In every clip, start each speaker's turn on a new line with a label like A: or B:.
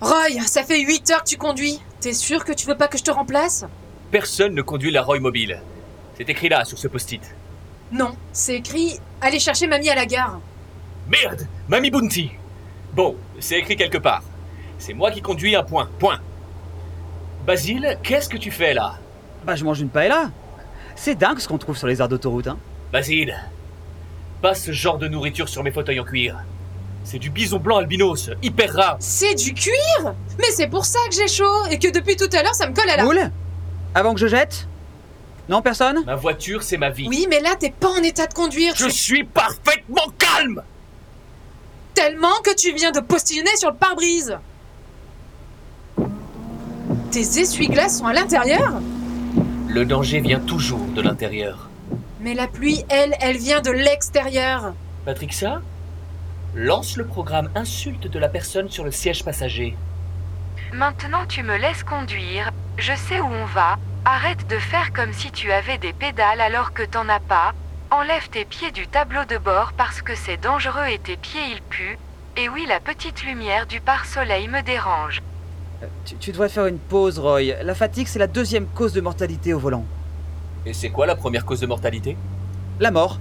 A: Roy, ça fait 8 heures que tu conduis. T'es sûr que tu veux pas que je te remplace
B: Personne ne conduit la Roy Mobile. C'est écrit là, sur ce post-it.
A: Non, c'est écrit Allez chercher mamie à la gare.
B: Merde Mamie Bounty Bon, c'est écrit quelque part. C'est moi qui conduis un point, point. Basile, qu'est-ce que tu fais là
C: Bah, je mange une paella. C'est dingue ce qu'on trouve sur les aires d'autoroute, hein.
B: Basile Pas ce genre de nourriture sur mes fauteuils en cuir. C'est du bison blanc albinos, hyper rare.
A: C'est du cuir Mais c'est pour ça que j'ai chaud et que depuis tout à l'heure ça me colle à la.
C: Moule Avant que je jette Non, personne
B: Ma voiture, c'est ma vie.
A: Oui, mais là t'es pas en état de conduire.
B: Je
A: C'est
B: suis parfaitement calme
A: tellement que tu viens de postillonner sur le pare-brise. Tes essuie-glaces sont à l'intérieur
B: Le danger vient toujours de l'intérieur.
A: Mais la pluie, elle, elle vient de l'extérieur.
B: Patrick, ça Lance le programme insulte de la personne sur le siège passager.
D: Maintenant tu me laisses conduire, je sais où on va, arrête de faire comme si tu avais des pédales alors que t'en as pas, enlève tes pieds du tableau de bord parce que c'est dangereux et tes pieds ils puent, et oui la petite lumière du pare-soleil me dérange.
C: tu, tu devrais faire une pause, Roy. La fatigue, c'est la deuxième cause de mortalité au volant.
B: Et c'est quoi la première cause de mortalité
C: La mort.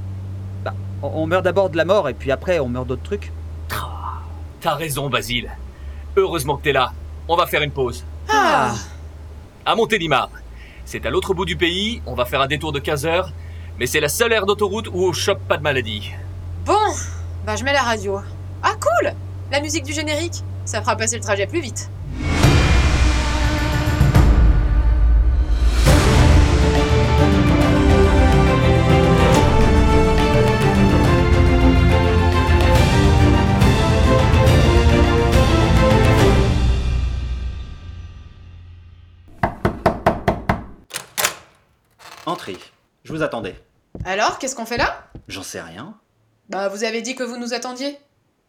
C: Bah, on, on meurt d'abord de la mort et puis après, on meurt d'autres trucs.
B: T'as raison, Basile. Heureusement que t'es là. On va faire une pause.
A: Ah.
B: À Montélimar. C'est à l'autre bout du pays, on va faire un détour de 15 heures, mais c'est la seule aire d'autoroute où on chope pas de maladie.
A: Bon, bah je mets la radio. Ah cool La musique du générique, ça fera passer le trajet plus vite.
E: Entrez. Je vous attendais.
A: Alors, qu'est-ce qu'on fait là
E: J'en sais rien.
A: Bah vous avez dit que vous nous attendiez.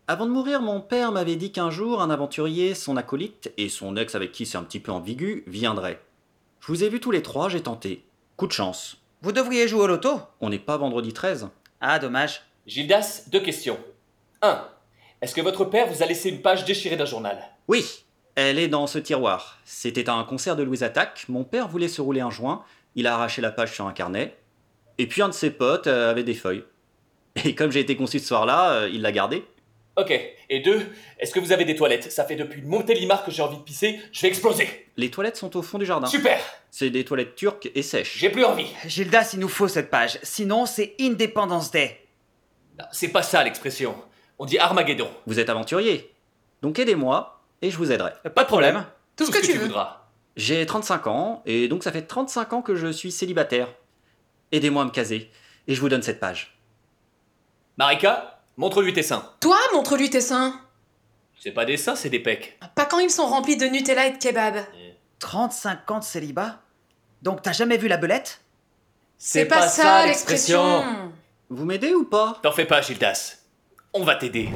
E: Avant de mourir, mon père m'avait dit qu'un jour, un aventurier, son acolyte et son ex avec qui c'est un petit peu ambigu, viendrait. Je vous ai vus tous les trois, j'ai tenté. Coup de chance.
C: Vous devriez jouer au loto
E: On n'est pas vendredi 13
C: Ah, dommage.
B: Gildas, deux questions. 1. Est-ce que votre père vous a laissé une page déchirée d'un journal
E: Oui, elle est dans ce tiroir. C'était à un concert de Louise Attaque, mon père voulait se rouler un joint, il a arraché la page sur un carnet, et puis un de ses potes euh, avait des feuilles. Et comme j'ai été conçu ce soir-là, euh, il l'a gardé.
B: Ok. Et deux, est-ce que vous avez des toilettes Ça fait depuis Montélimar que j'ai envie de pisser, je vais exploser.
E: Les toilettes sont au fond du jardin.
B: Super
E: C'est des toilettes turques et sèches.
B: J'ai plus envie.
C: Gildas, il nous faut cette page. Sinon, c'est Independence Day.
B: Non, C'est pas ça l'expression. On dit Armageddon.
E: Vous êtes aventurier. Donc aidez-moi, et je vous aiderai.
A: Euh,
B: Pas de problème.
A: Tout ce que tu veux.
B: voudras.
E: J'ai 35 ans, et donc ça fait 35 ans que je suis célibataire. Aidez-moi à me caser, et je vous donne cette page.
B: Marika, montre-lui tes seins.
A: Toi, montre-lui tes seins.
B: C'est pas des seins, c'est des pecs.
A: Pas quand ils sont remplis de Nutella et de kebab.
C: 35 ans de célibat Donc, t'as jamais vu la belette
A: C'est pas, ça l'expression.
E: Vous m'aidez ou pas
B: T'en fais pas, Gildas. On va t'aider.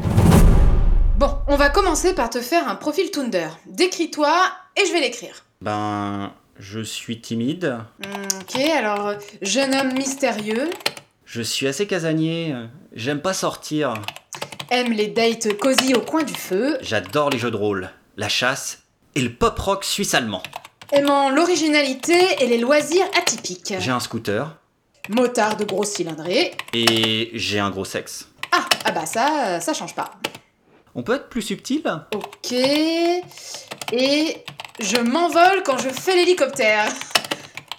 A: Bon, on va commencer par te faire un profil Tinder. Décris-toi et je vais l'écrire.
E: Ben, je suis timide.
A: Hmm, Ok, alors, euh, jeune homme mystérieux,
E: Je suis assez casanier. euh, J'aime pas sortir.
A: aime les dates cosy au coin du feu,
E: J'adore les jeux de rôle, la chasse et le pop rock suisse allemand.
A: aimant l'originalité et les loisirs atypiques.
E: J'ai un scooter
A: Motard de gros cylindrée.
E: et j'ai un gros sexe.
A: Ah, ah bah ça, euh, ça change pas.
E: On peut être plus subtil
A: Ok. Et je m'envole quand je fais l'hélicoptère.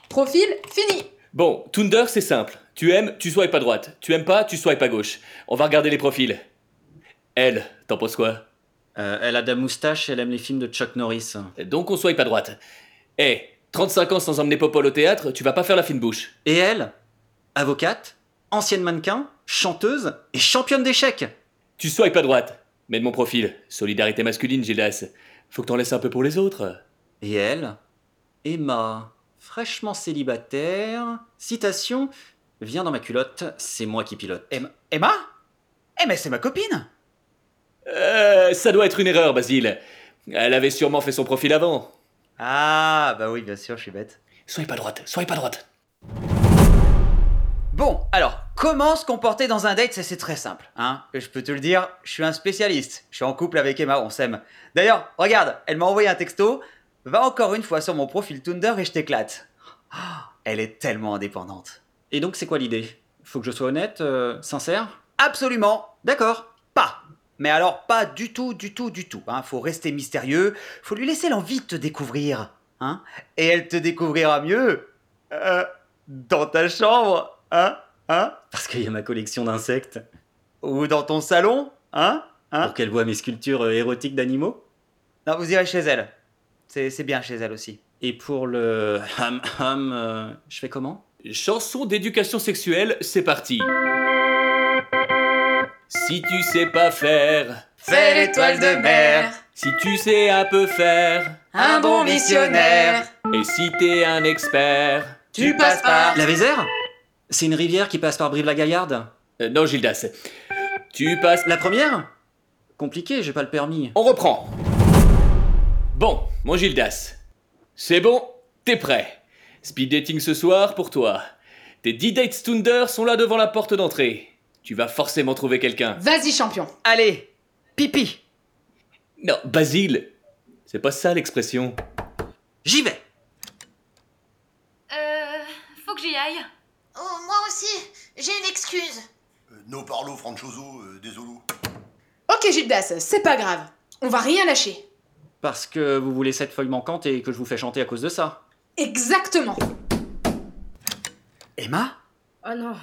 A: Profil fini.
B: Bon, Tinder, c'est simple. Tu aimes, tu sois pas droite. Tu aimes pas, tu sois pas gauche. On va regarder les profils. Elle, t'en penses quoi
E: Euh, Elle a de la moustache, elle aime les films de Chuck Norris.
B: Donc on soit pas droite. Eh, 35 ans sans emmener Popol au théâtre, tu vas pas faire la fine bouche.
E: Et elle Avocate, ancienne mannequin, chanteuse et championne d'échecs
B: Tu sois pas droite. Mais de mon profil, solidarité masculine, Gildas. Faut que t'en laisses un peu pour les autres.
E: Et elle Emma, fraîchement célibataire, citation Viens dans ma culotte, c'est moi qui pilote.
C: Em- Emma Eh, mais c'est ma copine
B: Euh, ça doit être une erreur, Basile. Elle avait sûrement fait son profil avant.
C: Ah, bah oui, bien sûr, je suis bête.
B: Sois pas droite, sois pas droite.
C: Bon, alors, comment se comporter dans un date Ça, C'est très simple, hein. Je peux te le dire, je suis un spécialiste. Je suis en couple avec Emma, on s'aime. D'ailleurs, regarde, elle m'a envoyé un texto. Va encore une fois sur mon profil Tinder et je t'éclate. Ah, elle est tellement indépendante.
E: Et donc, c'est quoi l'idée Faut que je sois honnête, euh, sincère
C: Absolument
E: D'accord.
C: pas. Mais alors pas du tout, du tout, du tout. Hein. Faut rester mystérieux, faut lui laisser l'envie de te découvrir. Hein. Et elle te découvrira mieux euh, dans ta chambre, hein, hein,
E: Parce qu'il y a ma collection d'insectes.
C: ou dans ton salon, hein, hein.
E: Pour qu'elle voit mes sculptures euh, érotiques d'animaux.
C: Non, vous irez chez elle. C'est c'est bien chez elle aussi.
E: Et pour le ham ham, euh, je fais comment
B: Chanson d'éducation sexuelle, c'est parti. Si tu sais pas faire,
A: Fais l'étoile de mer,
B: si tu sais un peu faire,
A: un bon missionnaire.
B: et si t'es un expert.
A: Tu passes par
E: La Vézère C'est une rivière qui passe par Brive-la-Gaillarde.
B: Euh, non, Gildas. Tu passes.
E: La première Compliqué, j'ai pas le permis.
B: On reprend. Bon, mon Gildas. C'est bon, t'es prêt. Speed dating ce soir pour toi. Tes 10 dates Thunder sont là devant la porte d'entrée. Tu vas forcément trouver quelqu'un.
A: Vas-y, champion.
C: Allez, pipi.
B: Non, Basile. C'est pas ça l'expression.
E: J'y vais
F: Euh. Faut que j'y aille.
G: Oh, moi aussi, j'ai une excuse.
H: Euh, No parlo franchoso, euh, désolo.
A: Ok, Gildas, c'est pas grave. On va rien lâcher.
E: Parce que vous voulez cette feuille manquante et que je vous fais chanter à cause de ça.
A: Exactement.
C: Emma,
F: Oh non.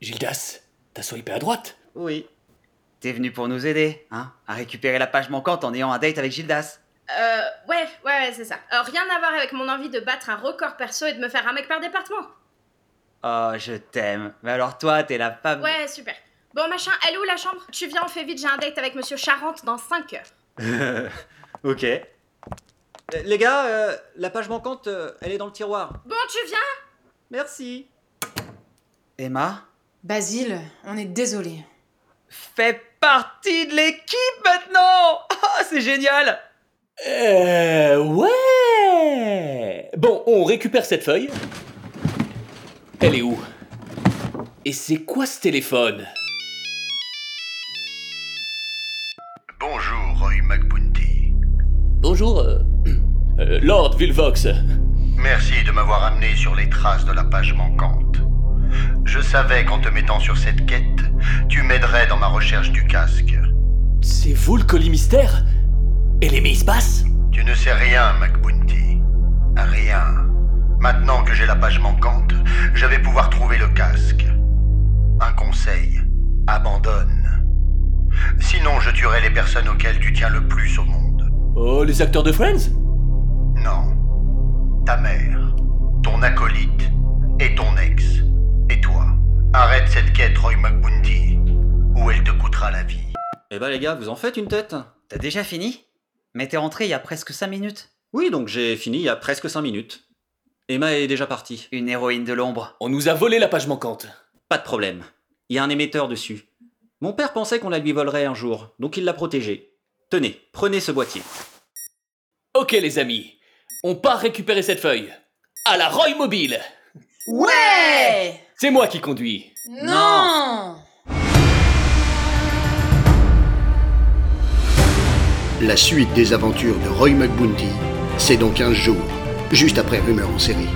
B: Gildas, t'as swipé à droite.
E: Oui.
C: t'es venue pour nous aider, hein, à récupérer la page manquante en ayant un date avec Gildas.
F: Euh. Ouais, ouais, ouais, c'est ça. Euh, rien à voir avec mon envie de battre un record perso et de me faire un mec par département.
C: Oh, je t'aime. Mais alors toi, t'es la femme.
F: Ouais, super. Bon, machin, elle est où la chambre Tu viens, on fait vite, j'ai un date avec monsieur Charente dans 5 heures.
E: ok. Euh, Les gars, euh, la page manquante, euh, elle est dans le tiroir.
F: Bon, tu viens
E: Merci.
C: Emma.
A: Basile, on est désolé.
C: fait partie de l'équipe maintenant Ah, C'est génial
B: Euh. Ouais Bon, on récupère cette feuille. Elle est où Et c'est quoi ce téléphone
H: Bonjour, Roy McBounty.
B: Bonjour, euh, euh, Lord Vilvox.
H: Merci de m'avoir amené sur les traces de la page manquante. Je savais qu'en te mettant sur cette quête, tu m'aiderais dans ma recherche du casque.
B: C'est vous le colis mystère Et les mises passent
H: Tu ne sais rien, McBounty. Rien. Maintenant que j'ai la page manquante, je vais pouvoir trouver le casque. Un conseil. Abandonne. Sinon, je tuerai les personnes auxquelles tu tiens le plus au monde.
B: Oh, les acteurs de Friends
H: Non. Ta mère, ton acolyte et ton ex. Et toi. Arrête cette quête, Roy McBounty, ou elle te coûtera la vie.
E: Eh ben les gars, vous en faites une tête
C: T'as déjà fini Mais t'es rentré il y a presque 5 minutes.
E: Oui, donc j'ai fini il y a presque 5 minutes. Emma est déjà partie.
C: Une héroïne de l'ombre.
B: On nous a volé la page manquante.
E: Pas de problème. Il y a un émetteur dessus. Mon père pensait qu'on la lui volerait un jour, donc il l'a protégée. Tenez, prenez ce boîtier.
B: Ok, les amis, on part récupérer cette feuille. À la Roy Mobile
A: Ouais
B: C'est moi qui conduis
A: Non
I: La suite des aventures de Roy McBounty, c'est dans 15 jours, juste après Rumeur en série.